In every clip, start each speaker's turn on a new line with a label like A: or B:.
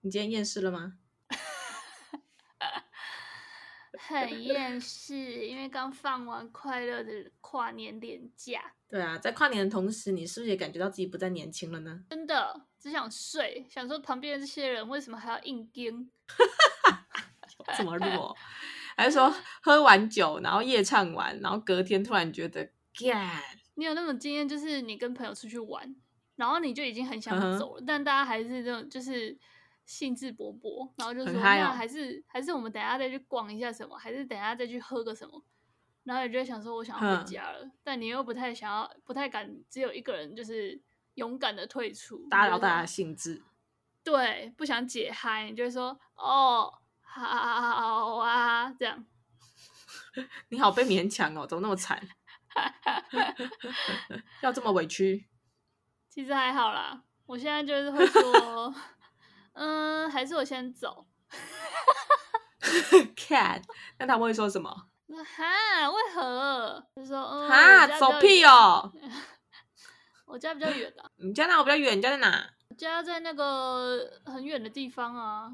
A: 你今天厌世了吗？
B: 很厌世，因为刚放完快乐的跨年连假，
A: 对啊，在跨年的同时，你是不是也感觉到自己不再年轻了呢？
B: 真的只想睡，想说旁边的这些人为什么还要硬盯？
A: 这么弱，还是说喝完酒，然后夜唱完，然后隔天突然觉得干，
B: 你有那种经验，就是你跟朋友出去玩，然后你就已经很想
A: 嗯哼
B: 走了，但大家还是这种就是兴致勃勃，然后就
A: 很
B: 说、
A: 嗨哦
B: 那还是还是我们等一下再去逛一下什么，还是等一下再去喝个什么。然后你就会想说，我想要回
A: 嗯
B: 家了，但你又不太想要，不太敢，只有一个人就是勇敢的退出，
A: 打
B: 你就
A: 扰
B: 会
A: 大
B: 说
A: 家的兴致。
B: 对，不想解嗨，你就会说哦，好啊，这样。
A: 你好，被勉强哦，怎么那么惨？ 要这么委屈？
B: 其实还好啦，我现在就是会 说，嗯，还是我先走。
A: 看，那他们会说什么？
B: 我说哈，为何？就说嗯，
A: 啊
B: 我，家比
A: 走
B: 较
A: 屁
B: 远，
A: 哦！
B: 我家比较远啊，
A: 你家那我比较远，你家在哪？
B: 我家在那个很远的地方啊。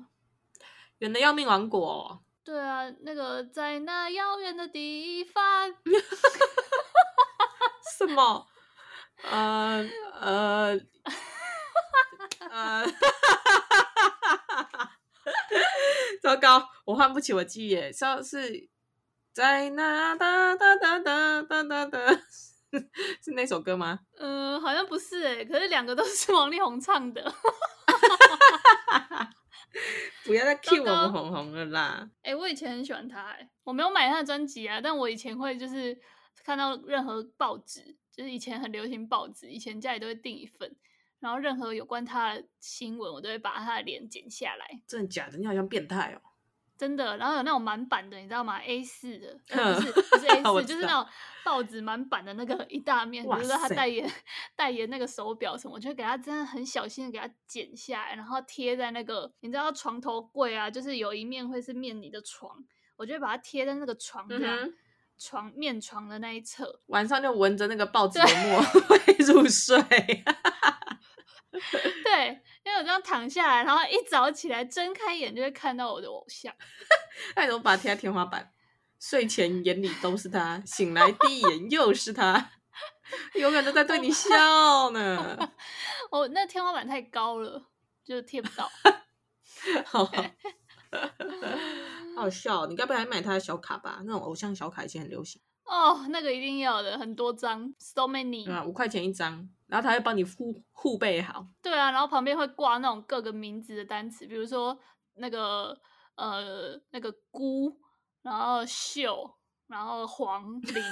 A: 远的要命，王国哦、
B: 对啊，那个在那遥远的地方，
A: 什么？呃呃呃， 糟糕，我唤不起我记忆耶，像是在那哒哒哒哒哒哒 哒，是那首歌吗？
B: 嗯，好像不是诶、可是两个都是 王力宏唱的。
A: 不要再 cue 我
B: 糟
A: 们
B: 糕
A: 红红了啦！
B: 哎、我以前很喜欢他、欸，我没有买他的专辑啊，但我以前会就是看到任何报纸，就是以前很流行报纸，以前家里都会订一份，然后任何有关他的新闻，我都会把他的脸剪下来，
A: 真的假的？你好像变态哦！
B: 真的。然后有那种满版的，你知道吗？A 四的，呃不
A: 哼
B: 是不是 A
A: 我
B: 四，
A: 知
B: 就是那种报纸满版的那个一大面，比
A: 哇
B: 如说他
A: 塞
B: 代言代言那个手表什么，我就会给他真的很小心的给他剪下来，然后贴在那个你知道床头柜啊，就是有一面会是面你的床。我就会把它贴在那个床这样，
A: 嗯哼
B: 床面床的那一侧，
A: 晚上就闻着那个报纸的墨 会入睡。
B: 对，因为我这样躺下来，然后一早起来睁开眼就会看到我的偶像，
A: 那你怎么把它贴在天花板？睡前眼里都是他，醒来第一眼又是他， 永远都在对你笑呢。
B: 我、哦那天花板太高了，就贴不到。
A: 好 好笑哦，你该不会还买他的小卡吧？那种偶像小卡以前很流行，
B: 哦，那个一定要的，很多张，so many
A: 对。吧？啊五块钱一张，然后他会帮你护护备好。
B: 对啊，然后旁边会挂那种各个名字的单词，比如说那个呃那个菇，然后秀，然后 黄铃，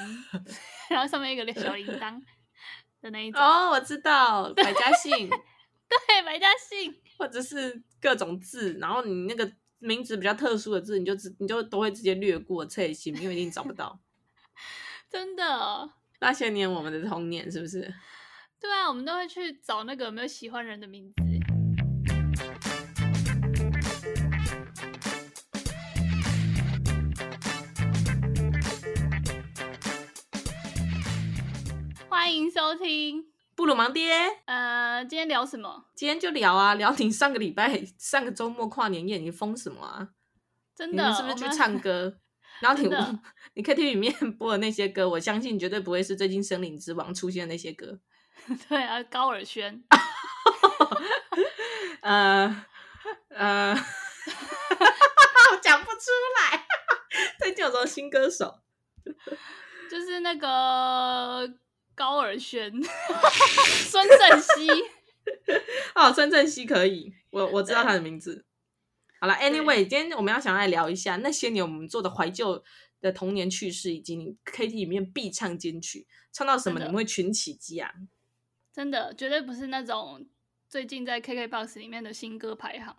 B: 然后上面一个小铃铛的那一种。
A: 哦，我知道， 百家姓
B: 对，白嘉信。
A: 或者是各种字，然后你那个名字比较特殊的字，你就直你就都会直接略过，侧心，因为一定找不 到。
B: 真的，
A: 那些年我们的童年是不是？
B: 对啊，我们都会去找那个有没有喜欢人的名字欸。欢迎收听，
A: 布鲁盲爹。
B: 呃，今天聊什么？
A: 今天就聊啊，聊你上个礼拜、上个周末跨年夜你疯什么啊？
B: 真
A: 你
B: 的，
A: 们是不是
B: 我
A: 去
B: 们
A: 唱？歌？ 然后你
B: 真的
A: 你 KTV 里面播的那些歌，我相信绝对不会是最近《森林之王》出现的那些歌。
B: 对啊，高尔宣。
A: 呃呃， 我讲不出 来。最近有什么新歌手？
B: 就是那个高尔宣、 孙正熙，
A: 哦，孙正熙可以，我我知道他的名字。好了，Anyway，今天我们要想来聊一下那些年我们做的怀旧的童年趣事，以及你 KT 里面必唱金曲，唱到什么
B: 真
A: 你
B: 的
A: 们会群起激昂、
B: 真的绝对不是那种最近在 KKBOX 里面的新歌排行。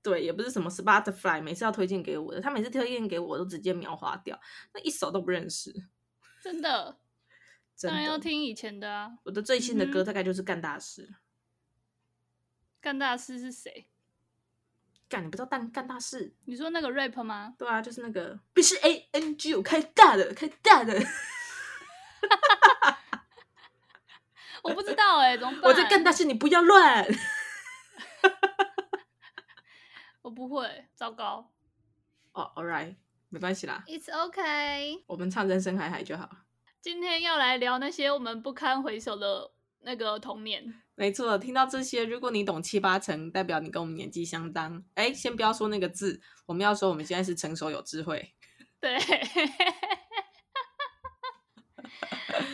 A: 对，也不是什么 Spotify 每次要推荐给我的，他每次推荐给我都直接秒划掉，那一首都不认识。
B: 真的，
A: 真
B: 当然要
A: 的，
B: 听以前的啊。
A: 我的最新的歌
B: 嗯哼
A: 大概就是干大事。
B: 干大师是谁？
A: 干，你不知道干干大事？
B: 你说那个 rap 吗？
A: 对啊，就是那个必须 A N G，我开大的，开大的，
B: 我不知道哎、怎么办？欸
A: 我在干大事，你不要乱。
B: 糟糕
A: 哦、a l l right，没关系啦，
B: ，It's OK。
A: 我们唱《人生海海》就好了。
B: 今天要来聊那些我们不堪回首的那个童年，
A: 没错，听到这些，如果你懂七八成，代表你跟我们年纪相当。哎，先不要说那个字，我们要说我们现在是成熟有智慧。
B: 对。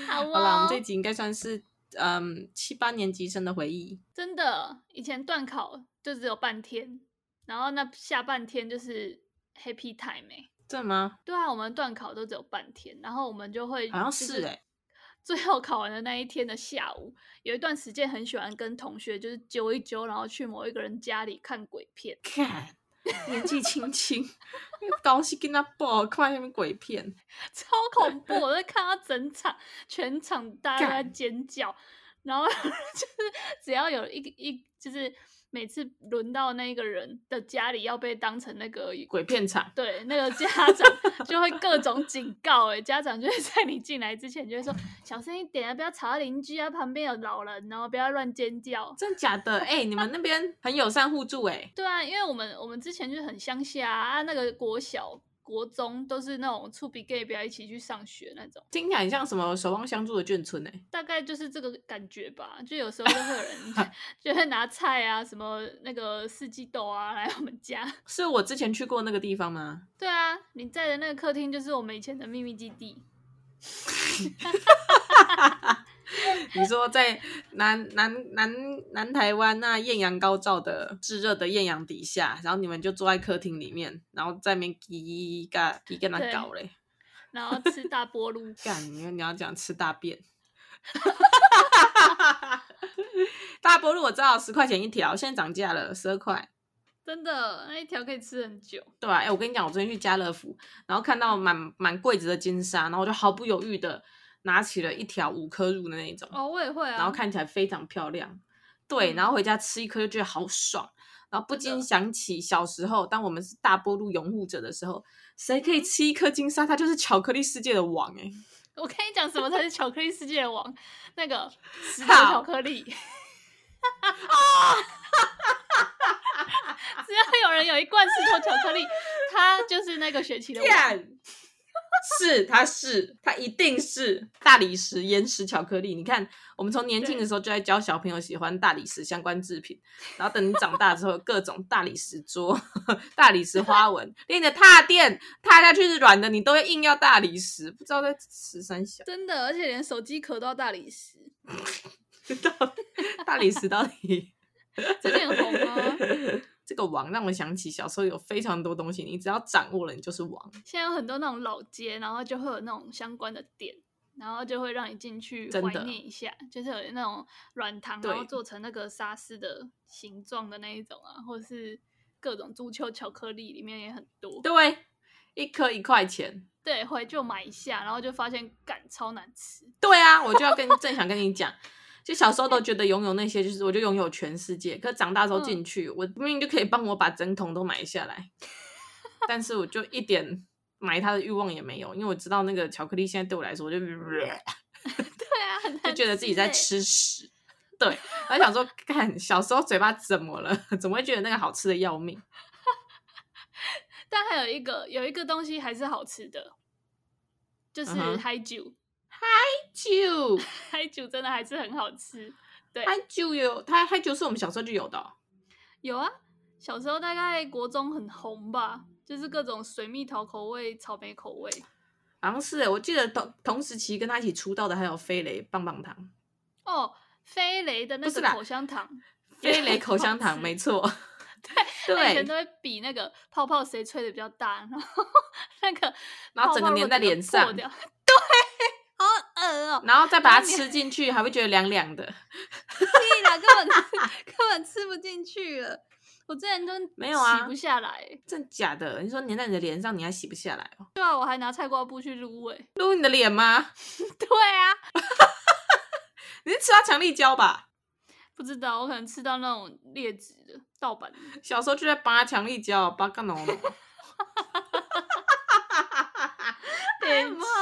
B: 好
A: 好啦，我们，
B: 哦
A: 这集应该算是嗯七八年级生的回忆。
B: 真的，以前断考就只有半天，然后那下半天就是 happy time 欸
A: 真的吗？
B: 对啊，我们断考都只有半天，然后我们就会
A: 好像
B: 就是
A: 哎、
B: 最后考完的那一天的下午，有一段时间很喜欢跟同学就是揪一揪，然后去某一个人家里看鬼片。
A: 看年纪轻轻，高兴跟他爆，看什么鬼片？
B: 超恐怖！我在看到整场，全场大家都在
A: 干
B: 尖叫，然后 就是只要有一个一，就是每次轮到那一个人的家里要被当成那个
A: 鬼片场。
B: 对，那个家长就会各种警告、欸，哎，家长就会在你进来之前就会说小声一点啊，不要吵到邻居啊，旁边有老人哦，不要乱尖叫。
A: 真假的？哎、你们那边很友善互助哎、
B: 对啊，因为我们我们之前就是很乡下啊，啊那个国小、国中都是那种触鼻 gay 不要一起去上学那种。
A: 听起来很像什么守望相助的眷村哎、
B: 大概就是这个感觉吧。就有时候就会有 人就会拿菜啊，什么那个四季豆啊来我们家。
A: 是我之前去过那个地方吗？
B: 对啊，你在的那个客厅就是我们以前的秘密基地。
A: 你说在南南南南台湾那艳阳高照的炙热的艳阳底下，然后你们就坐在客厅里面，然后在那边叽嘎叽跟那
B: 对
A: 搞嘞，
B: 然后吃 大波路，
A: 干你你要讲吃大便。大波路我知道十块钱一条，现在涨价了十二块。
B: 真的那一条可以吃很久。
A: 对吧、哎、我跟你讲，我昨天去家乐福，然后看到满满柜子的金沙，然后我就毫不犹豫的拿起了一条五颗入的那一种，
B: 哦，我也会啊。嗯
A: 然后看起来非常漂亮。对，然后回家吃一颗就觉得好爽，然后不
B: 真
A: 禁
B: 的
A: 想起小时候，当我们是大波路拥护者的时候，谁可以
B: 嗯
A: 吃一颗金沙，他就是巧克力世界的王哎、
B: 我跟你讲什么才是巧克力世界的王，那个石头
A: 好
B: 巧克力。 只要有人有一罐石头巧克力，他就是那个学 期的王。
A: 干，是，他是，他一定是大理石、岩石巧克力。你看，我们从年轻的时候就在教小朋友喜欢大理石相关制品，然后等你长大之后，各种大理石桌、大理石花纹，连你的踏垫踏下去是软的，你都会硬要大理石，不知道在十三小
B: 真的，而且连手机壳都要大理石，
A: 到底大理石到底。
B: 这点红啊！
A: 这个王让我想起小时候有非常多东西，你只要掌握了，你就是王。
B: 现在有很多那种老街，然后就会有那种相关的店，然后就会让你进去
A: 真
B: 怀
A: 的
B: 念一下，就是有那种软糖，
A: 对
B: 然后做成那个沙司的形状的那一种啊，或者是各种足球巧克力，里面也很多。
A: 对，一颗一块钱，
B: 对，回就买一下，然后就发现感超难吃。
A: 对啊，我就要跟正想跟你讲， 就小时候都觉得拥有那些，就是我就拥有全世界。可长大之后进去，我明明就可以帮我把整桶都买下来， 但是我就一点买它的欲望也没有，因为我知道那个巧克力现在对我来说，我就就
B: 对啊，很难吃、
A: 觉得自己在。吃屎。对，然后想说，看小时候嘴巴怎么了？ 怎么会觉得那个好吃的要命？
B: 欸但还有一个有一个东西还是好吃的，就是
A: 嗯哼
B: 嗨酒，
A: 酒，
B: 嗨酒真的还是很好吃。对，
A: 嗨酒有，它嗨酒是我们小时候就有的哦、
B: 有啊，小时候大概国中很红吧，就是各种水蜜桃口味、草莓口味。
A: 好像是耶。我记得同同时期跟他一起出道的还有飞雷棒棒糖。
B: 哦，飞雷的那
A: 不是
B: 个
A: 啦
B: 口香糖，
A: 飞雷口香
B: 也很好
A: 糖，
B: 吃
A: 没错。
B: 它以前
A: 对
B: 都
A: 对，
B: 会比那个泡泡谁吹的比较大，然后 那个
A: 然后整个
B: 泡泡如果
A: 粘在脸上
B: 破掉对，好恶哦、
A: 然后再把它吃进去，还会觉得凉凉的。
B: 屁啦，根本 根本吃不进去了。我之前都
A: 没有啊
B: 洗不下来，
A: 真假的？你说粘在你的脸上，你还洗不下来哦？
B: 对啊，我还拿菜瓜布去撸诶、
A: 撸你的脸吗？
B: 对啊，
A: 你是吃到强力胶吧？
B: 不知道我可能吃到那种劣质的 盗版的。
A: 小时候就在拔强力胶，拔干农。
B: 北七
A: 么。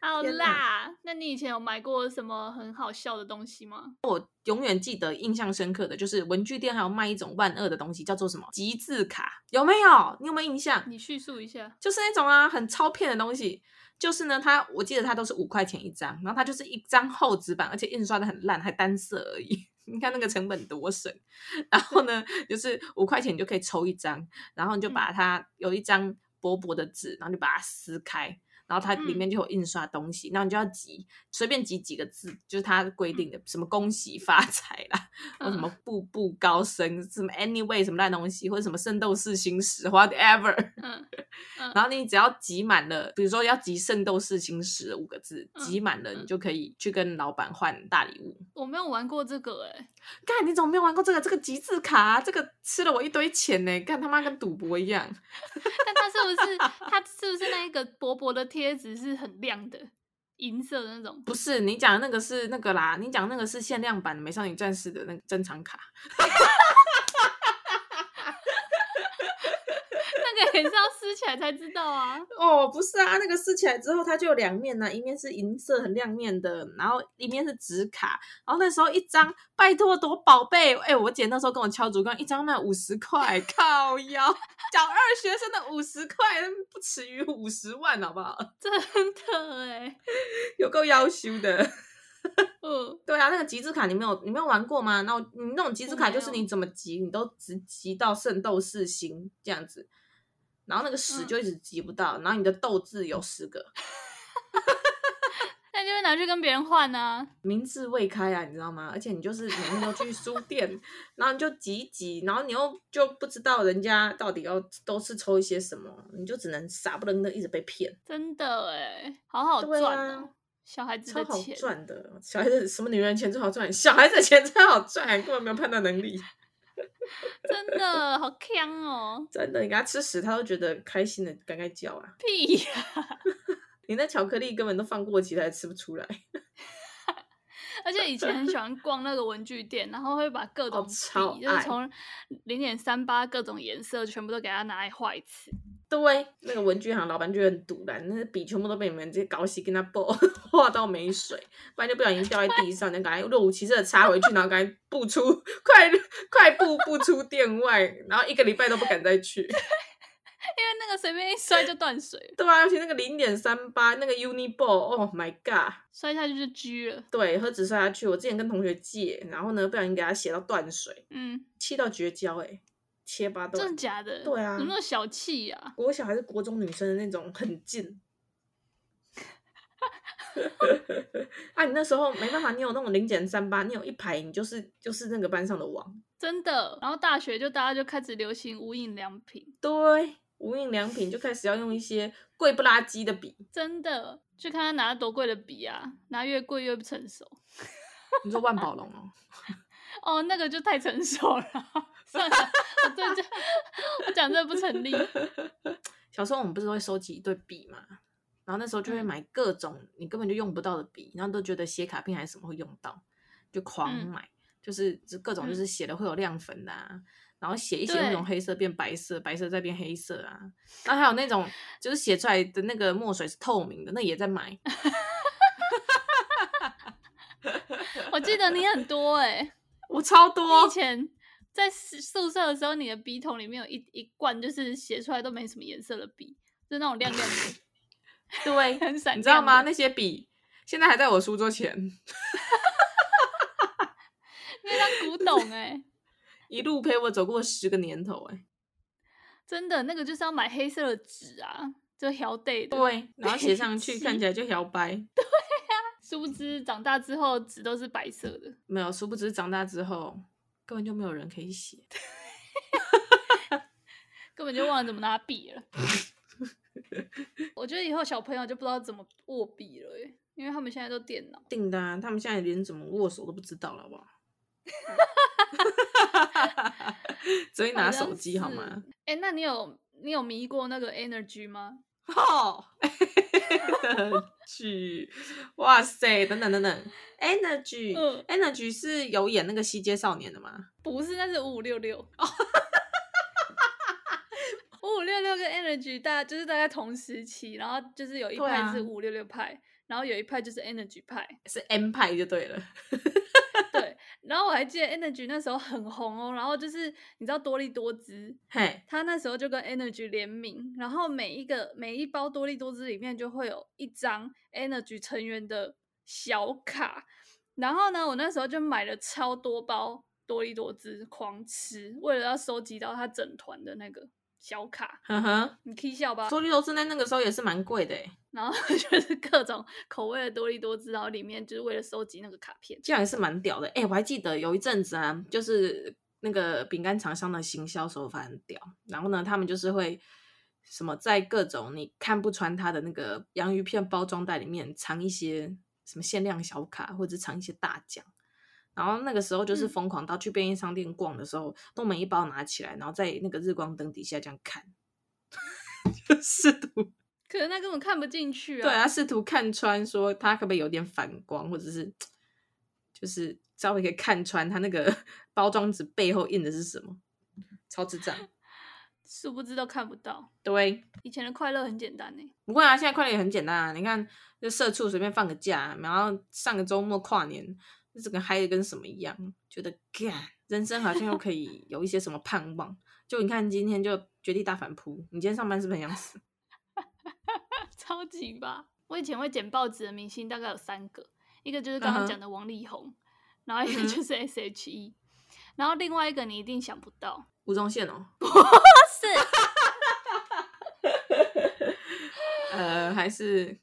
B: 好
A: 天哪
B: 啦，那你以前有买过什么很好笑的东西吗？
A: 永远记得、印象深刻的就是文具店还有卖一种万恶的东西，叫做什么集字卡，有没有？你有没有印象？
B: 你叙述一下。
A: 就是那种啊，很超骗的东西。就是呢，它我记得它都是五块钱一张，然后它就是一张厚纸板，而且印刷的很烂，还单色而已。 你看那个成本多省。然后呢，就是五块钱你就可以抽一张，然后你就把它、有一张薄薄的纸，然后就把它撕开。然后它里面就有印刷东西，然后你就要集随便集几个字，就是它规定的什么恭喜发财啦，或什么步步高升，什么 anyway 什么烂东西，或者什么圣斗士星矢 whatever，
B: 嗯
A: 然后你只要集满了，比如说要集《圣斗士星矢》五个字，
B: 嗯
A: 集满了你就可以去跟老板换大礼物。
B: 我没有玩过这个哎、
A: 干，你怎么没有玩过这个这个集字卡、啊？这个吃了我一堆钱呢、干他妈跟赌博一样。
B: 但它是不是它是不是那一个薄薄的贴纸是很亮的，银色的那种？
A: 不是，你讲的那个是那个啦，你讲的那个是限量版的《美少女战士》的那个珍藏卡。
B: 那个也是要撕起来才知道啊。
A: 哦，不是啊，那个撕起来之后，它就有两面呢、一面是银色很亮面的，然后一面是纸卡。然后那时候一张，拜托多宝贝，哎、我姐那时候跟我敲竹杠，一张卖五十块，靠腰，小二学生的五十块不耻于五十万，好不好？
B: 真的哎、
A: 有够要羞的。
B: 嗯，
A: 对啊，那个集字卡你没有你没有玩过吗？那我你那种集字
B: 我
A: 卡
B: 没
A: 就是
B: 有
A: 你怎么集你都只集到圣斗士星这样子，然后那个十
B: 嗯
A: 就一直集不到，然后你的斗字有十个。
B: 那就会拿去跟别人换啊。
A: 明智未开啊，你知道吗？而且你就是每天都去书店，然后你就挤一挤，然后你又就不知道人家到底要都是抽一些什么，你就只能傻不愣登一直被骗，
B: 真的哎、好好
A: 对
B: 赚
A: 啊
B: 哦、小孩子
A: 超
B: 的
A: 好
B: 钱。
A: 赚的。小孩子什么女人钱最好赚，小孩子的钱最好赚，根本没有判断能力。
B: 真的好强哦、
A: 真的，你给他吃屎，他都觉得开心的，该该叫啊！
B: 屁呀、
A: 你那巧克力根本都放过期，他还吃不出来，
B: 而且以前很喜欢逛那个文具店，然后会把各种笔，
A: 超
B: 就是
A: 爱
B: 从零点三八各种颜色全部都给它拿来画一次。
A: 对，那个文具行老板就很堵然，那笔全部都被你们这些搞洗跟他爆画到没水，不然就不小心掉在地上，你就赶快若无其事的插回去，然后赶快步出，快快步步出店外，然后一个礼拜都不敢再去。
B: 因为那个随便一摔就断水了，
A: 对啊，尤其那个零点三八那个 Uniball，Oh my god！
B: 摔下去就狙了。
A: 对，喝紫砂下去，我之前跟同学借，然后呢不小心给他写到断水，
B: 嗯，
A: 气到绝交、欸，哎，切巴豆。
B: 真的假的？
A: 对啊
B: 怎么那么小气啊呀、
A: 国小还是国中女生的那种很近。啊，你那时候没办法，你有那种零减三八，你有一排，你就是就是那个班上的王。
B: 真的。然后大学就大家就开始流行无印良品，
A: 对，无印良品就开始要用一些贵不拉几的笔。
B: 真的。去看他拿多贵的笔啊，拿越贵越不成熟。
A: 你说万宝龙哦，
B: 哦，那个就太成熟了。算了，我对这我讲这不成立。
A: 小时候我们不是会收集一堆笔嘛，然后那时候就会
B: 嗯
A: 买各种你根本就用不到的笔，然后都觉得写卡片还是什么会用到，就狂
B: 嗯
A: 买，就是就各种
B: 嗯
A: 就是写了会有亮粉的、啊，然后写一写那种
B: 对
A: 黑色变白色，白色再变黑色啊，然后还有那种就是写出来的那个墨水是透明的，那也在 买。
B: 我记得你很多哎、
A: 我超
B: 你
A: 多
B: 以，前在宿宿舍的时候，你的笔筒里面有一一罐，就是写出来都没什么颜色的笔，就那种亮 亮的，
A: 对，
B: 很闪亮的。
A: 你知道吗？那些笔现在还在我书桌前，
B: 那张古董哎、
A: 一路陪我走过十个年头、哎，
B: 真的，那个就是要买黑色的纸啊，就条对的。，
A: 对，然后写上去
B: 是
A: 看起来就摇摆。
B: 殊不知长大之后纸都是白色的，
A: 没有，殊不知长大之后根本就没有人可以写。
B: 根本就忘了怎么拿笔了。我觉得以后小朋友就不知道怎么握笔了、欸，因为他们现在都电脑。
A: 定的、啊，他们现在连怎么握手都不知道了，好不好？ 只会拿手机好吗？
B: 哎、那你有你有迷过那个 Energy 吗？
A: 哦， 剧，哦哇塞，等等等等，Energy，Energy、
B: 嗯，
A: Energy 是有演那个《西街少年》的吗？
B: 不是，那是五五六六。 五五六六跟 Energy 大就是大概同时期，然后就是有一
A: 对
B: 派
A: 啊
B: 是五五六六派，然后有一派就是 Energy 派，
A: 是 M 派就对了。
B: 对。然后我还记得 Energy 那时候很红哦，然后就是你知道多利多汁，
A: 嘿，
B: 他那时候就跟 Energy 联名，然后每一个每一包多利多汁里面就会有一张 Energy 成员的小卡。然后呢，我那时候就买了超多包多利多汁狂吃，为了要收集到他整团的那个小卡。
A: 呵呵，
B: 你 K 笑吧，
A: 多利多汁在那个时候也是蛮贵的欸，
B: 然后 就是各种口味的多利多汁，然后里面就是为了收集那个卡片。
A: 这样也是蛮屌的。哎、我还记得有一阵子啊，就是那个饼干厂商的行销手法很屌，然后呢，他们就是会什么在各种你看不穿它的那个洋芋片包装袋里面藏一些什么限量小卡，或者藏一些大奖。然后那个时候就是
B: 嗯
A: 疯狂到去便利商店逛的时候，都每一包拿起来，然后在那个日光灯底下这样看， 就试图
B: 可是那根本看不进去啊。
A: 对，他试图看穿，说他可不可以有点反光，或者是就是稍微可以看穿他那个 包装纸背后印的是什么，超智障。
B: 殊不知都看不到。
A: 对，
B: 以前的快乐很简单呢、
A: 不会啊，现在快乐也很简单啊。你看，就社畜随便放个假，然后上个周末跨年，就整个嗨的跟什么一样，觉得干人生好像又可以有一些什么盼望。就你看今天就绝地大反扑，你今天上班是不是很想死？
B: 超级吧！我以前会剪报纸的明星大概有三个，一个就是刚
A: 嗯
B: 刚
A: 哼
B: 讲的王力宏然后一个
A: 嗯哼
B: 就是 S.H.E，、然后另外一个你一定想不到，
A: 吴宗宪哦，
B: 不是
A: 呃，还是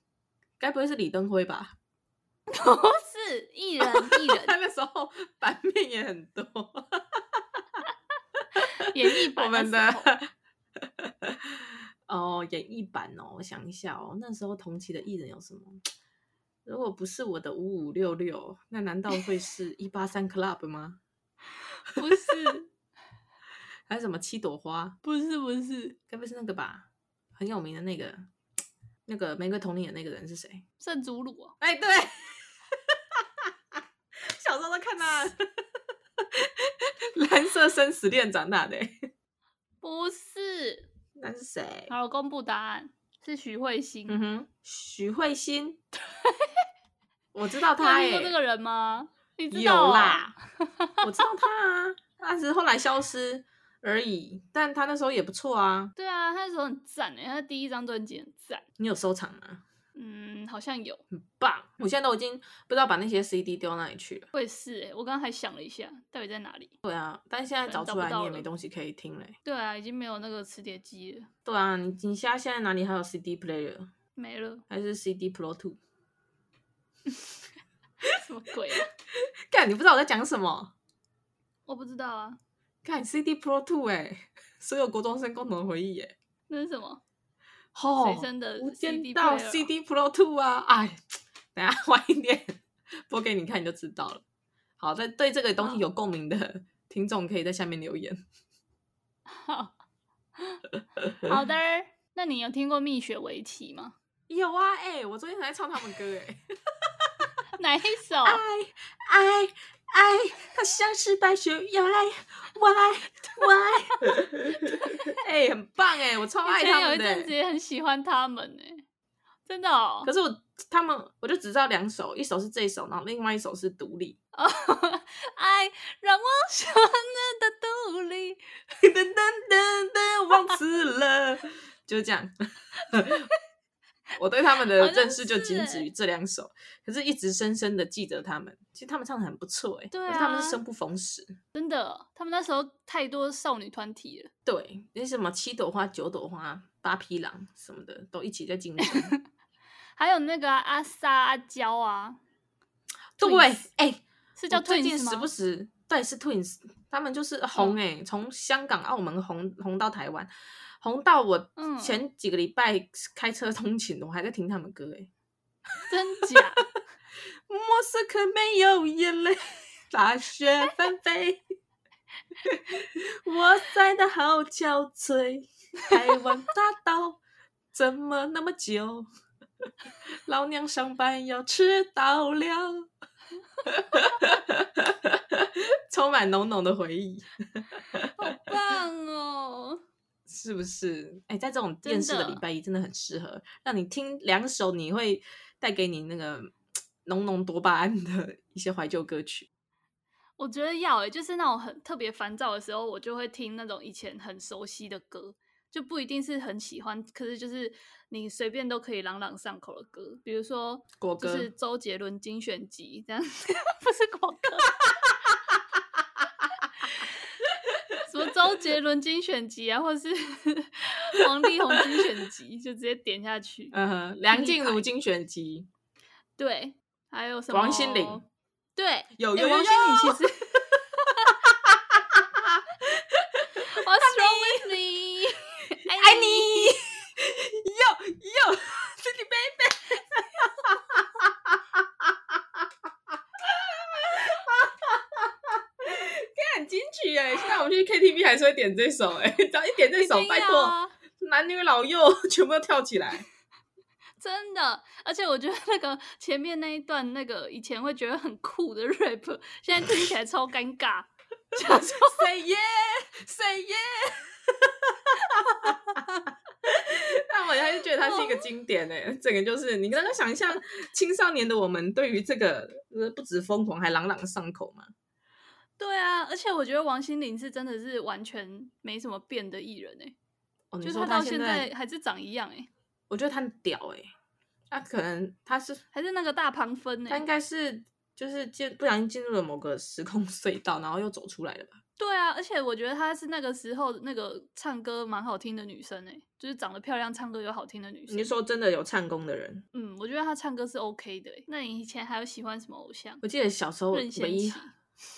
A: 该不会是李登辉吧？
B: 不是艺人艺人
A: 他那时候版面也很多，
B: 演艺版
A: 我们
B: 那时候
A: 的哦，演艺版哦，我想一下哦，那时候同期的艺人有什么？如果不是我的五五六六，那难道会是一八三 club 吗？
B: 不是
A: 还是什么七朵花？
B: 不是不是
A: 该不是那个吧？很有名的那个，那个玫瑰童林的那个人是谁？
B: 圣祖鲁哦，
A: 哎，对， 小时候都看他 蓝色生死恋长大的，欸
B: 不是。
A: 那是谁？
B: 好，我公布答案是徐慧欣。
A: 嗯哼，许慧欣， 我知道
B: 啊你
A: 她
B: 有听过
A: 耶、
B: 这个人吗？你知
A: 欸有
B: 道、哦、
A: 啦，我知道她 啊，但是后来消失而已。但她那时候也不错啊，
B: 对啊，他那时候很赞诶，他第一张专辑很赞。
A: 你有收藏吗？
B: 嗯，好像有，
A: 很棒！
B: 嗯
A: 我现在都已经不知道把那些 CD 丢哪里去了。
B: 我也是诶，我刚刚还想了一下，到底在哪里？
A: 对啊，但现在
B: 可
A: 找
B: 能找
A: 出
B: 不
A: 来
B: 到
A: 你也
B: 了
A: 没东西可以听嘞。
B: 对啊，已经没有那个磁碟机了，
A: 对啊，你你现在现在哪里还有 CD player？
B: 没了，
A: 还是 CD Pro Two？
B: 什么鬼啊？
A: 干，你不知道我在讲什么？
B: 我不知道啊，
A: 干 CD Pro Two 哎、 所有国中生共同的回忆哎、
B: 那是什么？
A: 吼
B: 随身的
A: 哦无间
B: CD
A: 道
B: player 哦
A: CD Pro Two 啊，哎，等一 下晚一点播给你看，你就知道了。好，在对这个东西
B: 好
A: 有共鸣的 听众，可以在下面留言。
B: 好，好的。那你有听过蜜雪围棋吗？
A: 有啊，哎、我昨天还在唱他们歌、
B: 哪一首？
A: 哎，爱爱爱，它像是白雪皑，why why，哎、 很棒哎、我超
B: 以
A: 爱他
B: 前有一
A: 们的、欸
B: 阵子也很喜欢他们呢、真的哦
A: 可。是我他们我就只知道两首，一首是这一首，然后另外一首是独立。
B: 爱哎让我想你的独立，
A: 噔噔噔噔，忘词了，就是这样。 我对他们的
B: 好像
A: 认识就是仅
B: 欸
A: 止于这两首，可是一直深深的记得他们。其实他们唱的很不错、欸，哎、
B: 对
A: 可是他们
B: 啊
A: 是生不逢时。
B: 真的，他们那时候太多少女团体了。
A: 对，那什么七朵花、九朵花、八匹狼什么的，都一起在竞 争。
B: 还有那个啊阿萨、阿娇啊，
A: 对不对
B: Twins？
A: 哎、
B: 是
A: 我
B: 叫
A: 最近
B: Twins
A: 时
B: 吗嗯
A: 不？时对是 Twins，他们就是红哎、从香港、澳门红红到台湾，红到我
B: 嗯
A: 前几个礼拜开车通勤，我还在听他们歌哎、
B: 真 假？
A: 莫斯科没有眼泪， 大雪纷飞。 我塞得好憔悴，台湾大道怎么那么久？ 老娘上班要迟到了， 充满浓浓的回忆，
B: 好棒哦！
A: 是不是？哎，在这种电视的
B: 真的
A: 礼拜一真的很适合，让你听两首你会带给你那个浓浓多巴胺的一些怀旧歌曲。
B: 我觉得要诶、欸就是那种很特别烦躁的时候，我就会听那种以前很熟悉的歌，就不一定是很喜欢，可是就是你随便都可以朗朗上口的歌，比如说
A: 国
B: 就
A: 歌
B: 是周杰伦精选集这样， 不是国歌，什么周杰伦精选集啊，或是 王力宏精选集，就直接点下去。
A: 嗯哼，梁
B: 听一
A: 静茹
B: 排
A: 精选集，
B: 对，还有什么
A: 王心凌，
B: 对，
A: 有
B: 欸
A: 有有
B: 王心凌其 实。What's wrong with me？哎
A: 爱你，哟哟，自己背背。看金曲哎，现在我们去 KTV 还是会点这首哎，只要一点这首，
B: 一定
A: 拜
B: 要
A: 托，
B: 啊
A: 男女老幼全部都跳起来。
B: 真的，而且我觉得那个前面那一段，那个以前会觉得很酷的 rap，现在听起来超尴尬。
A: Say yeah，Say yeah。那我还是觉得它是一个经典诶、欸，整个就是你刚刚想象青少年的我们对于这个呃不止疯狂，还朗朗上口嘛。
B: 对啊，而且我觉得王心凌是真的是完全没什么变的艺人哎、
A: 哦，你
B: 就是
A: 说
B: 她
A: 他
B: 到
A: 现
B: 现
A: 在，
B: 在还是长一样哎、
A: 我觉得他很屌诶、欸，他可能他是
B: 还是那个大旁分哎、
A: 他应该是就是进不小心进入了某个时空隧道，然后又走出来了吧？
B: 对啊，而且我觉得她是那个时候那个唱歌蛮好听的女生哎、就是长得漂亮、唱歌又好听的女生。
A: 你是说真的有唱功的人，
B: 嗯，我觉得她唱歌是 OK 的、欸。那你以前还有喜欢什么偶像？
A: 我记得小时候
B: 任贤
A: 唯一
B: 齐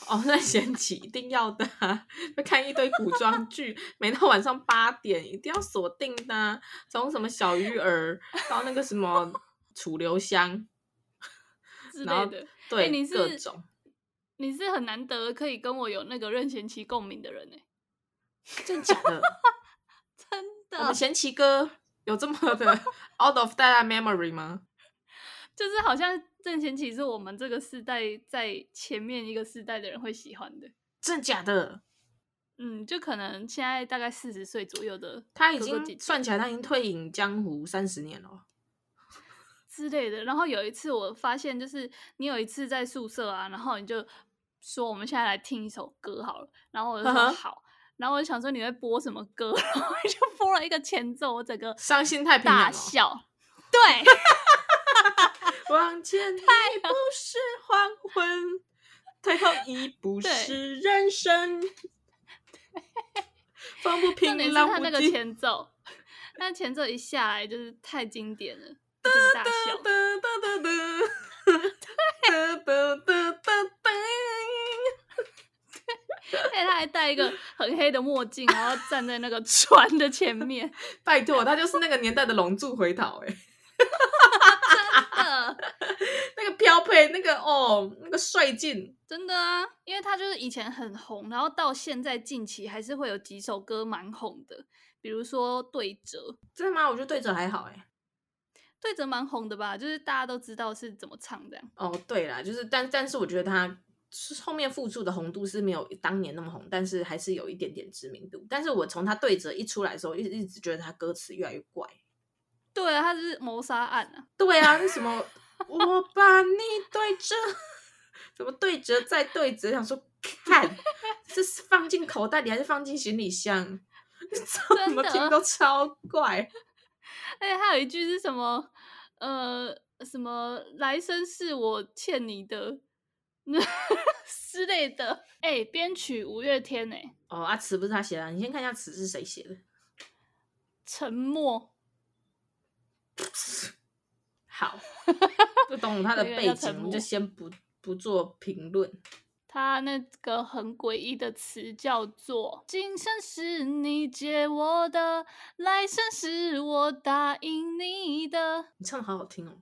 A: 哦，任贤齐一定要的、啊， 会看一堆古装剧，每到晚上八点一定要锁定的啊、从什么小鱼儿到那个什 么楚留香，
B: 之
A: 然后
B: 类的。
A: 对，
B: 欸你
A: 各
B: 是
A: 种
B: 你是很难得可以跟我有那个任贤齐共鸣的人哎、
A: 真假的， 我
B: 真
A: 们
B: 的，
A: 贤齐哥有这么的 out of 大家 memory 吗？
B: 就是好像任贤齐是我们这个世代在前面一个世代的人会喜欢的。
A: 真假的，
B: 嗯，就可能现在大概四十岁左右的
A: 他已
B: 哥哥姐
A: 经
B: 姐
A: 算起来他已经退隐江湖三十年了，
B: 之类的。然后有一次我发现，就是你有一次在宿舍啊，然后你就说我们现在来听一首歌好了，然后我就
A: 嗯
B: 说
A: 哼
B: 好，然后我就想说你会播什么歌， 然后我就播了一个前奏，我整个
A: 伤心太平洋、
B: 大
A: 哦。
B: 笑。 对，
A: 往前一步是黄昏，退后一步
B: 对
A: 是人 生。风不
B: 重点
A: 平，
B: 是
A: 浪
B: 他
A: 不
B: 那个
A: 惊。
B: 前奏，那前奏一下来就是太经典了，我
A: 啊
B: 真的大笑。
A: 哒哒哒哒哒哒哒哒。
B: 哎、他还戴一个很黑的墨镜，然后站在那个船的 前面，
A: 拜托，他就是那个年代的龙柱回逃哎、
B: 呃，
A: 那个飘配，那个哦，那个帅劲，
B: 真的啊，因为他就是以前很红，然后到现在近期还是会有几首歌蛮红的，比如说《对折》，《
A: 真的吗？我觉得对折还好哎、
B: 对折》蛮红的吧，就是大家都知道是怎么唱这样。
A: 哦，对啦，就是但但是我觉得他是后面复出的红度是没有当年那么红，但是还是有一点点知名度。但是我从他对折一出来的时候，一直一直觉得他歌词越来越怪。
B: 对啊，他就是谋杀案啊，
A: 对啊，那什么我把你对折， 怎么对折再对折？想说看，这是放进口袋里还是放进行李箱？ 怎么
B: 真的啊
A: 听都超怪。
B: 而且哎还有一句是什么？呃，什么来生是我欠你的， 那之类的。哎、编曲五月天哎、
A: 哦，啊，词不是他写的啊，你先看一下词是谁写的。
B: 沉默，
A: 好，不懂他的
B: 那个
A: 背
B: 要
A: 景，
B: 沉
A: 我们就
B: 默
A: 先不不做评论。
B: 他那个很诡异的词叫做“今生是你借我的，来生是我答应你的
A: 你唱的好好听哦。”，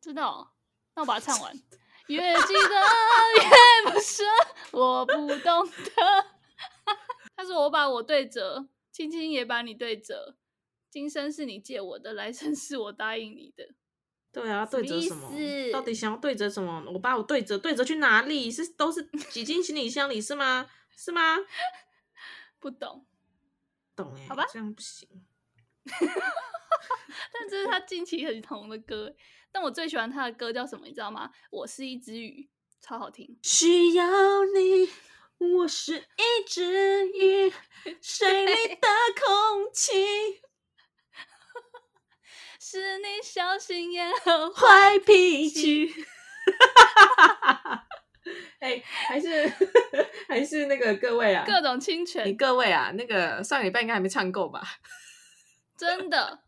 B: 知道哦？那我把它唱完。越记得越不舍，我不懂得。 他说：“我把我对折，轻轻也把你对折。今生是你借我的，来生是我答应你的。
A: 对啊，
B: 么
A: 对折
B: 意
A: 什么？
B: 思
A: 到底想要对折什么？我把我对折对折去哪里？是都是挤进行李箱里是吗？是吗？”
B: 不懂，
A: 懂哎、
B: 好吧
A: 这样不行。
B: 但这是他近期很红的歌，欸但我最喜欢他的歌叫什么，你知道吗？我是一只鱼，超好听。
A: 需要你，我是一只鱼，水里的空 气
B: 是你小心眼和
A: 坏脾气。哎、 还是还是那个各位啊，
B: 各种侵
A: 你
B: 权，
A: 各位啊，那个上礼拜应该还没唱够吧？
B: 真的，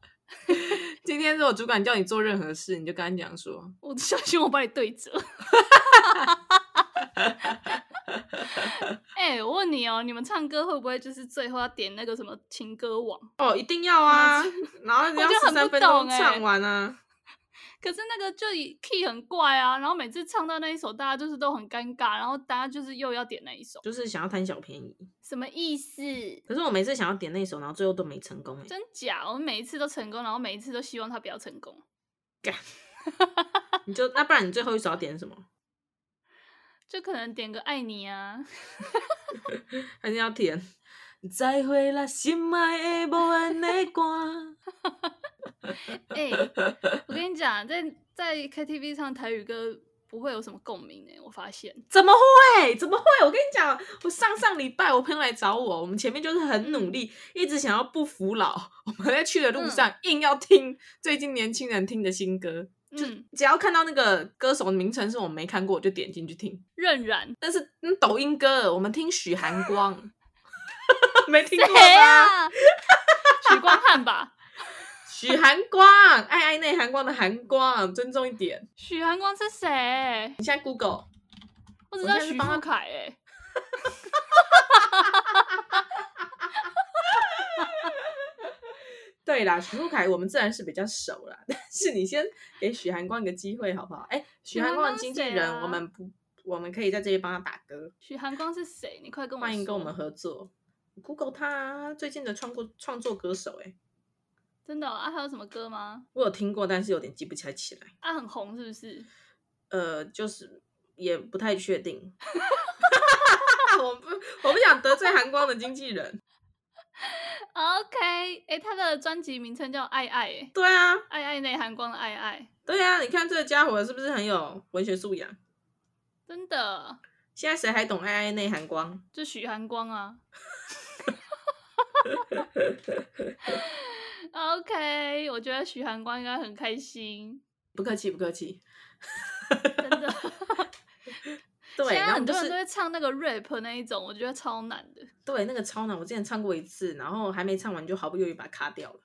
A: 今天如果主管叫你做任何事，你就跟他讲说，
B: 我 小心我把你对折。哎、我问你哦，你们唱歌会不会就是最后要点那个什么情歌王？
A: 哦，一定要 啊，然后你要
B: 我就
A: 十
B: 很不
A: 三分钟
B: 懂欸
A: 唱完啊。
B: 可是那个就以 key 很怪啊，然后每次唱到那一首，大家就是都很尴尬，然后大家就是又要点那一首，
A: 就是想要贪小便宜，
B: 什么意思？
A: 可是我每次想要点那首，然后最后都没成功哎、
B: 真假？我们每一次都成功，然后每一次都希望他不要成功。
A: 你就那不然你最后一首要点什么？
B: 就可能点个爱你啊，
A: 还是要填？再会啦，心爱的无缘的歌。
B: 哎、我跟你讲，在在 KTV 唱台语歌不会有什么共鸣哎、我发现
A: 怎么会？怎么会？我跟你讲，我上上礼拜我朋友来找我，我们前面就是很努力，
B: 嗯
A: 一直想要不服老。我们在去的路上、硬要听最近年轻人听的新歌，就
B: 嗯
A: 只要看到那个歌手的名称是我没看过，我就点进去听。
B: 任然
A: 但是、嗯、抖音歌，我们听许寒光， 没听过
B: 谁
A: 吧？
B: 啊？许光汉吧，
A: 许寒光，爱爱内寒光的寒光，尊重一点。
B: 许寒光是谁？
A: 你现在 Google。
B: 我只知道
A: 我现在是
B: 许
A: 帮他
B: 富凯哎、
A: 对啦，许富凯我们自然是比较熟啦， 但是你先给许寒光一个机会好不好？哎，许寒光的经纪
B: 许寒
A: 人，
B: 光是谁啊
A: 我们不，我们可以在这里帮他打歌，
B: 许寒光是谁？你快跟我
A: 欢迎跟我们
B: 说
A: 合作。Google 他啊最近的创作创作歌手、哎，
B: 真的哦、啊？还有什么歌吗？
A: 我有听过，但是有点记不起来起来，
B: 啊，很红是不是？
A: 呃，就是也不太确定。 我不，我不想得罪韩光的经纪人。
B: OK，哎、他的专辑名称叫《爱爱》，哎，
A: 对啊，
B: 爱爱内涵光的爱爱，
A: 对啊，你看这个家伙是不是很有文学素养？
B: 真的，
A: 现在谁还懂爱爱内韩光？
B: 就许寒光啊。OK，我觉得许寒光应该很开心，
A: 不客气，不客气。
B: 真的。
A: 对，
B: 现
A: 然
B: 在
A: 后我
B: 很
A: 们就
B: 多
A: 是
B: 人都会唱那个 rap 那一种，我觉得超难的，
A: 对，那个超难，我之前唱过一次，然后还没唱完就毫不犹豫把它卡掉了。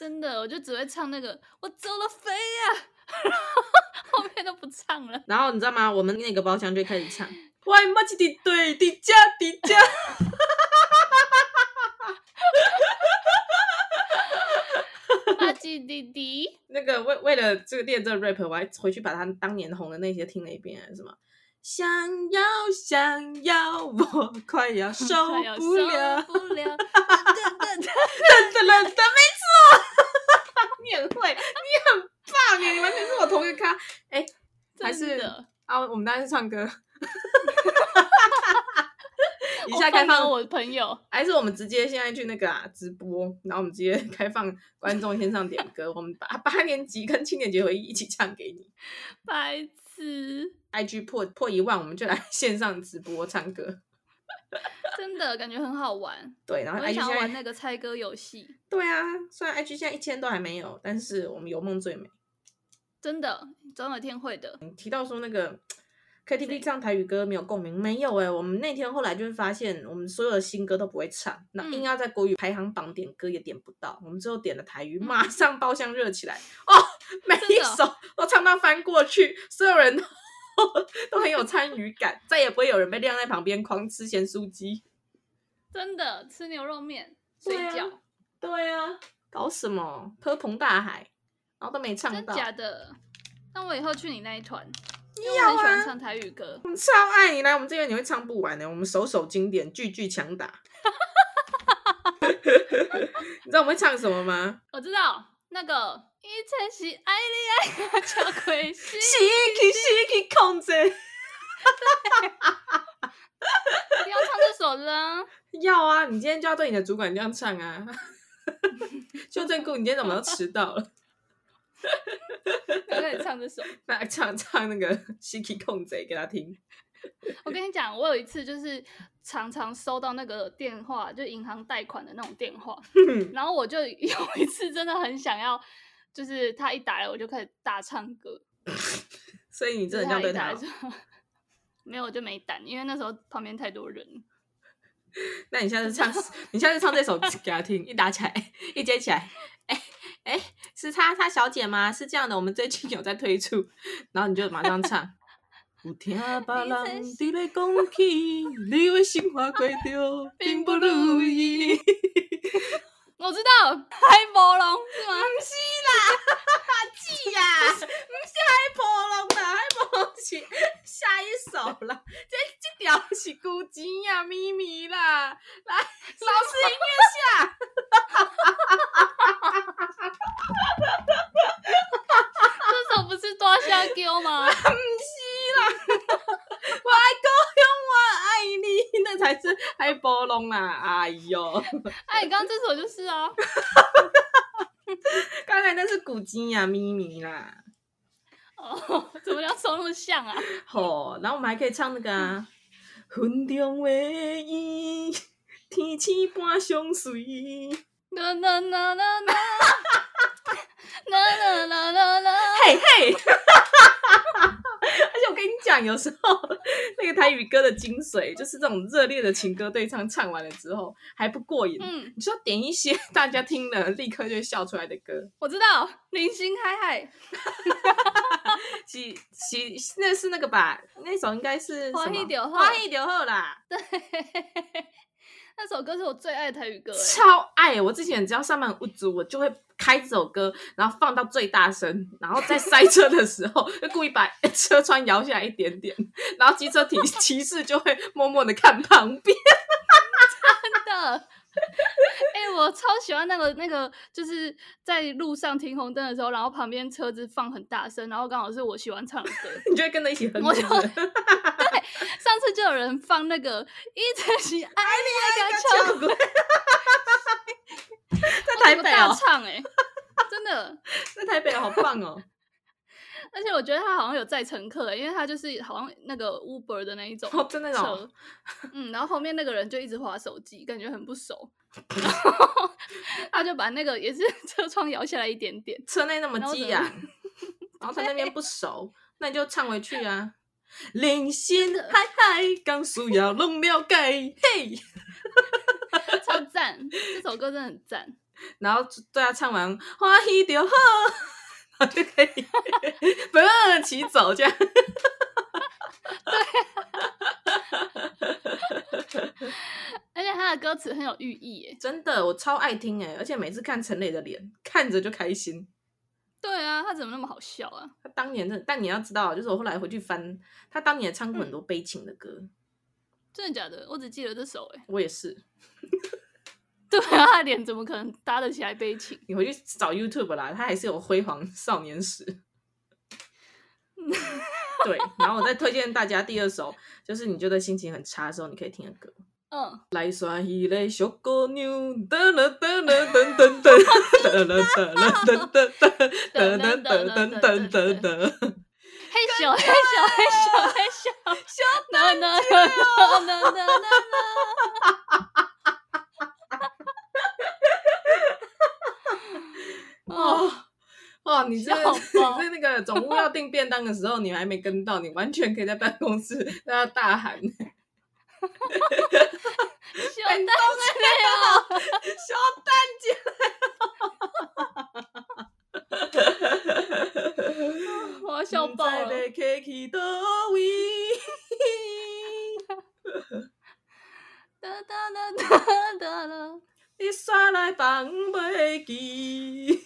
B: 真的，我就只会唱那个“我走了飞呀、 后面都不唱了。
A: 然后你知道吗？我们那个包厢就开始唱， 喂，马吉的对的家的家，
B: 垃圾弟弟，
A: 那个为为了这个练这个 rap，我还回去把他当年红的那些听了一遍，什么想要想要，我快 要受
B: 快要
A: 不 了，
B: 哎受不了， 噔噔噔
A: 噔噔噔噔，没错，你很会，你很棒耶，你完全是我同一个咖。哎，还是
B: 真的。
A: 啊，我们当然是唱 歌。以
B: 我
A: 下开
B: 哦放
A: 放
B: 给我朋友，
A: 还是我们直接现在去那个啊直播，然后我们直接开放观众线上点歌，我们把八年级跟青年节回忆一起唱给你。
B: 白痴，
A: IG 破破一万，我们就来 线上直播唱歌。
B: 真的感觉很好玩。
A: 对，然
B: 我
A: 后
B: 很
A: IG
B: 想要玩
A: 啊现在
B: 那个猜歌游戏，
A: 对啊，虽然 IG 现在一千都还没有，但是我们有梦最美。
B: 真的，总有一天会的。
A: 你提到说那个 KTV
B: 对
A: 唱台语歌没有共鸣，没有哎、我们那天后来就是发现，我们所有的新歌都不会唱，那
B: 嗯
A: 硬要在国语排行榜点歌也点不到，我们最后点了台语，
B: 嗯
A: 马上包厢热起来，哦，每
B: 真
A: 一
B: 的
A: 首都唱到翻过去，所有人都 都很有参与感，再也不会有人被晾在旁边狂吃咸酥鸡。
B: 真的，吃牛肉面、水
A: 对啊
B: 饺，
A: 对啊，搞什么泼鹏大海，然后都没唱
B: 真
A: 到，
B: 假的？那我以后去你那一团，因为我很喜欢唱台语歌
A: 我。们超爱你来我们这边你会唱不完的、我们首首经典，句句强打。 你知道我们会唱什么 吗？，
B: 我知道那个一千喜爱你 爱巧克西
A: 气吸气控制，
B: 一定要唱这首啦。
A: 要啊！你今天就要对你的主管这样唱啊！ 修正顾，你今天怎么都迟到了？
B: 然后你唱这首。
A: 那唱唱那个 《西奇控贼》给他听。
B: 我跟你讲，我有一次就是常常收到那个电话，就银行贷款的那种电话，然后我就有一次真的很想要，就是他一打来我就开始大唱歌，
A: 所以你
B: 就
A: 真
B: 是
A: 的这
B: 他
A: 样对
B: 一
A: 他
B: 打
A: 哦？
B: 来就 没有我就没胆，因为那时候旁边太多人了。
A: 那你下次唱， 你下次唱这首给他听，一打起来，一接起来，哎哎，是她她小姐吗？是这样的，我们最近有在推出，然后你就马上唱。 有听别人伫咧讲起，你为生活过着 并不如 意。
B: 我知道，海波龙是 吗？
A: 是呀，不是啊海波浪啦，海波浪是下一首啦。 这这条是古井呀，咪咪啦， 来，老师音乐下。
B: 这首不是多香丢吗？
A: 我 爱高雄，我爱你，那才是海波浪啦！哎呦，
B: 哎，你刚刚这首就是啊，
A: 刚才那是古今呀，咪咪啦。
B: 哦，怎么两首那么像啊？
A: 吼、然后我们还可以唱那个啊，云中的烟，天星般相随。
B: 啦啦啦啦 啦，啦啦啦啦啦。
A: 嘿嘿。而且我跟你讲，有时候那个台语歌的精髓就是这种热烈的情歌对唱，唱完了之后还不过瘾，
B: 嗯，
A: 你就要点一些大家听了立刻就会笑出来的歌。
B: 我知道，零星嗨嗨，
A: 喜喜那是那个吧？那首应该是什么
B: 欢喜就好
A: 欢喜就好啦，
B: 那首歌是我最爱的台语歌哎，
A: 超爱！我之前只要上班很无助，我就会开这首歌，然后放到最大声，然后在塞车的时候就故意把车窗摇下来一点点，然后机车骑骑士就会默默的看旁边。
B: 真的。哎、我超喜欢那个那个，就是在路上停红灯的时候，然后旁边车子放很大声，然后刚好是我喜欢唱的歌。
A: 你就会跟着一起哼。
B: 我
A: 是
B: 就
A: 不是
B: 上次就有人放那个一直喜爱你爱个
A: 跳
B: 球，
A: 过 在
B: 我
A: 台
B: 整个
A: 北
B: 大
A: 哦，
B: 唱哎、真的。
A: 在台北好棒 哦。
B: 而且我觉得他好像有载乘客欸、因为他就是好像那个 Uber 的那一种
A: 哦真的哦
B: 车，嗯，然后后面那个人就一直划手机，感觉很 不熟，然后他就把那个也是 车窗摇下来一点点，
A: 车内那么激昂，
B: 然
A: 然后在那边不熟，那你就唱回去啊。人生海海，刚需要拢了解，嘿。
B: 超赞！这首歌真的很赞，
A: 然后对他唱完，欢喜就好， 然后就可以不用骑走这样。
B: 而且他的歌词很有寓意耶。
A: 真的，我超爱听哎、而且每次看陈磊的脸，看着就开心。
B: 对啊，他怎么那么好笑啊？
A: 他当年的，但你要知道，啊就是我后来回去翻，他当年唱过很多悲情的歌，
B: 真的假的？我只记得这首哎。
A: 我也是。
B: 对啊，他的脸怎么可能搭得起来悲情？
A: 你回去找 YouTube 啦，他还是有辉煌少年时。对，然后我再推荐大家第二首，就是你觉得心情很差的时候，你可以听的歌。
B: 嗯，
A: 来耍一个小姑娘，噔噔噔噔噔噔噔噔噔噔噔噔噔噔噔噔噔噔噔。
B: 嘿咻嘿咻嘿咻嘿咻，咻哒哒哒哒哒哒。
A: 哦哦，你这
B: 笑
A: 你
B: 爆
A: 这那个总务要订便当的时候，你还没跟到，你完全可以在办公室让他大喊
B: 小哦
A: 蛋
B: 蛋
A: 糕
B: 没有，
A: 小蛋姐
B: 我要笑爆了。
A: 不知要客去倒位。
B: 哒哒哒哒哒哒，
A: 你煞来放袂记，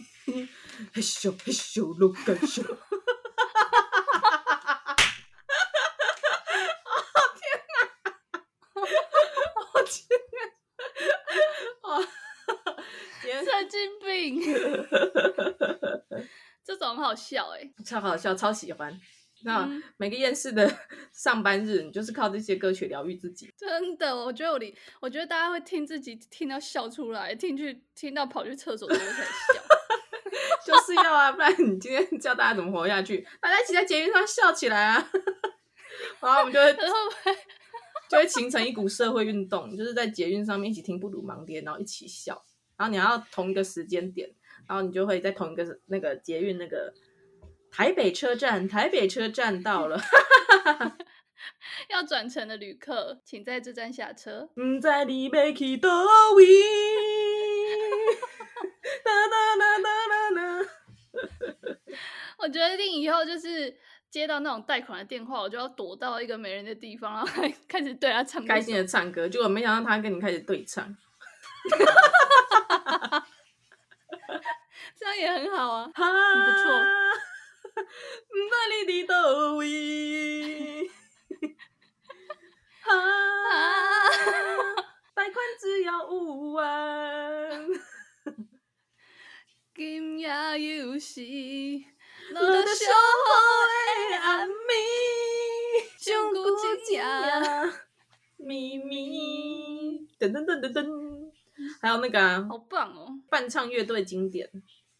A: 嘿咻嘿咻，落个咻。哦天哪！我啊哦天哪！哦， 天啊
B: 神经 病。这种很好笑哎、
A: 超好笑，超喜欢。那
B: 嗯
A: 每个厌世的上班日，你就是靠这些歌曲疗愈自己。
B: 真的，我觉得我离，我觉得大家会听自己听到笑出来，听去听到跑去厕所都会开始笑。
A: 就是要啊，不然你今天叫大家怎么活下去？大家一起在捷运上笑起来啊！ 然后我们就会
B: 然后
A: 就会形成一股社会运动，就是在捷运上面一起听布鲁盲爹，然后一起笑，然后你要同一个时间点，然后你就会在同一个那个捷运那个台北车站，台北车站到了，
B: 要转乘的旅客，请在这站下车。
A: 唔知你要去倒位。 哒哒哒哒哒哒，
B: 我决定以后就是接到那种贷款的电话，我就要躲到一个没人的地方，然后开开始对他唱歌。
A: 开心的唱歌，结果没想到他跟你开始对唱，
B: 这样也很好 啊。
A: 哈，
B: 不错
A: 唔知你伫倒 位，哈。
B: 啊，
A: 贷款只要五万，
B: 今夜又 是
A: 我
B: 我
A: 的
B: 的
A: 守
B: 手，哎
A: 候的暗暝，
B: 上古
A: 一
B: 今夜。
A: 咪咪，噔噔噔噔噔，还有那个啊、
B: 好棒哦！
A: 伴唱乐队经典，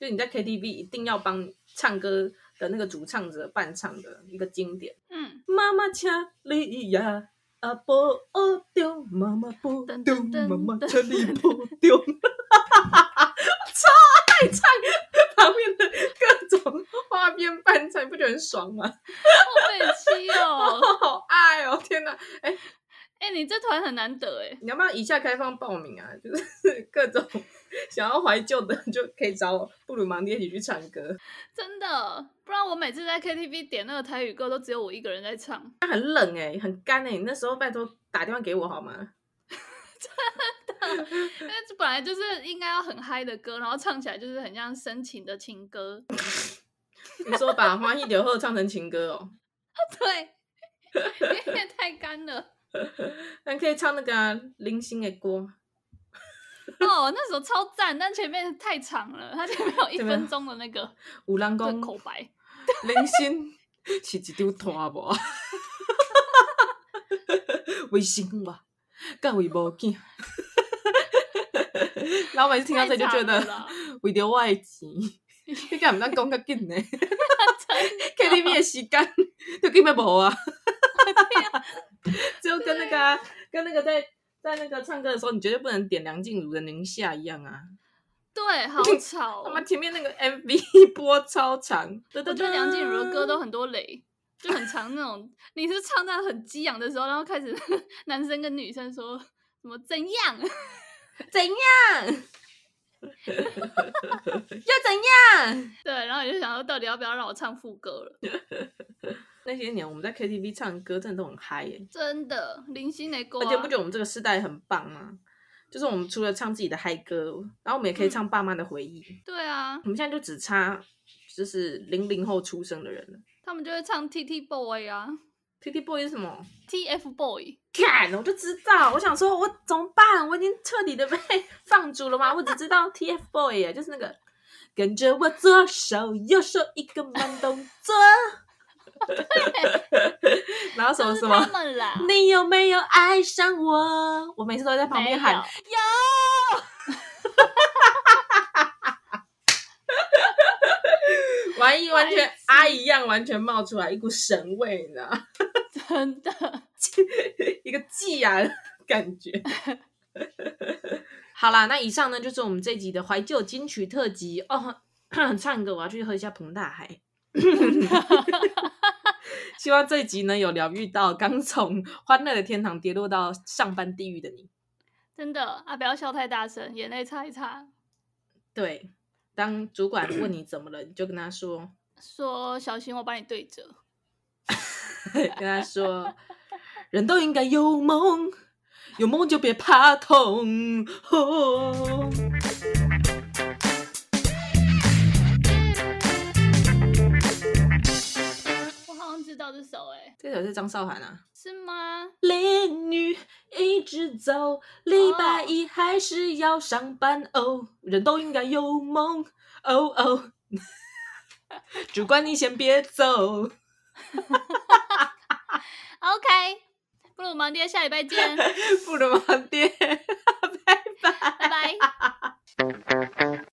A: 就你在 KTV 一定要帮唱歌的那个主唱者伴唱的一个经典。
B: 嗯，
A: 妈妈请你呀，啊保重，妈妈保重，
B: 噔噔噔
A: 妈妈
B: 噔
A: 请你保重。超爱唱旁边的各种花边伴唱，你不觉得很爽吗？
B: 好北七哦。
A: 好爱哦！天哪，
B: 哎、你这团很难得哎，
A: 你要不要以下开放报名啊？ 就是各种想要怀旧的，就可以找布鲁芒爹一起去唱歌。
B: 真的。不然我每次在 KTV 点那个台语歌，都只有我一个人在唱。
A: 那很冷哎、很干哎、你那时候拜托打电话给我好吗？
B: 因为这本来就是应该要很嗨的歌，然后唱起来就是很像深情的情歌。
A: 你说把《欢喜柳后》唱成情歌哦。
B: 对， 因为太干了。
A: 但可以唱那个、啊、零星的歌，
B: 哦，那首超赞，但前面太长了，它前面有一
A: 怎么样
B: 分钟的那个
A: 有人
B: 的
A: 讲
B: 口白。
A: 零星 是一张拖 无，为生活，甲为无 囝。然后每次听到这就觉
B: 太长
A: 得
B: 了啦
A: 为着我的 钱，你敢毋当讲较紧呢？KTV 的时间 就根本无啊！ 就跟那个啊、跟那个在在那个唱歌的时候，你绝对不能点梁静茹的《宁夏》一样啊！
B: 对，好吵、
A: 他妈
B: 哦。
A: 前面那个 MV 播超长，
B: 我
A: 我
B: 觉得梁静茹的歌都很多雷，就很长那种。你是唱到很激昂的时候，然后开始 男生跟女生说什么怎样？
A: 怎样？ 又怎样？
B: 对，然后你就想说到底要不要让我唱副歌了？
A: 那些年我们在 KTV 唱歌真的都很嗨耶、
B: 真的，零星的歌、啊，
A: 而且不觉得我们这个世代很棒吗？就是我们除了唱自己的嗨歌，然后我们也可以唱爸妈的回忆。
B: 对啊
A: 我，们现在就只差就是零零后出生的人了。
B: 他们就会唱 T T Boy 啊
A: TT Boy 是什么？
B: ，T F Boy，
A: 看，我就知道，我想说，我怎么办？我已经彻底的被 放逐了吗？我只知 道 TFBOY 耶，就是那个跟着我左手右手一个慢动 作，然后什么
B: 就是
A: 什
B: 他
A: 么，
B: 们啦，
A: 你有没有爱上我？我每次都在旁边喊
B: 没有
A: 有，完一完全阿姨一样，完全冒出来一股神味，你知道吗，
B: 真的。
A: 一个寂然的感觉。好啦，那以上呢就是我们这集的怀旧金曲特辑哦。唱歌，我要去喝一下彭大海。 希望这一集呢有疗愈到刚从欢乐的天堂跌落到上班地狱的你。
B: 真的啊，不要笑太大声，眼泪擦一擦。
A: 对，当主管问你怎么了，你就跟他说，
B: 说小心我把你对折，
A: 跟他说，人都应该有梦，有梦就别怕痛。哦
B: 我好像知道这首哎、
A: 这首是张韶涵啊。
B: 是吗？
A: 淋雨一直走，礼拜一还是要上班哦。人都应该有梦哦哦， 主管你先别走。
B: 啊、 OK，布鲁盲爹，下礼拜见，
A: 布鲁盲爹。
B: 拜拜。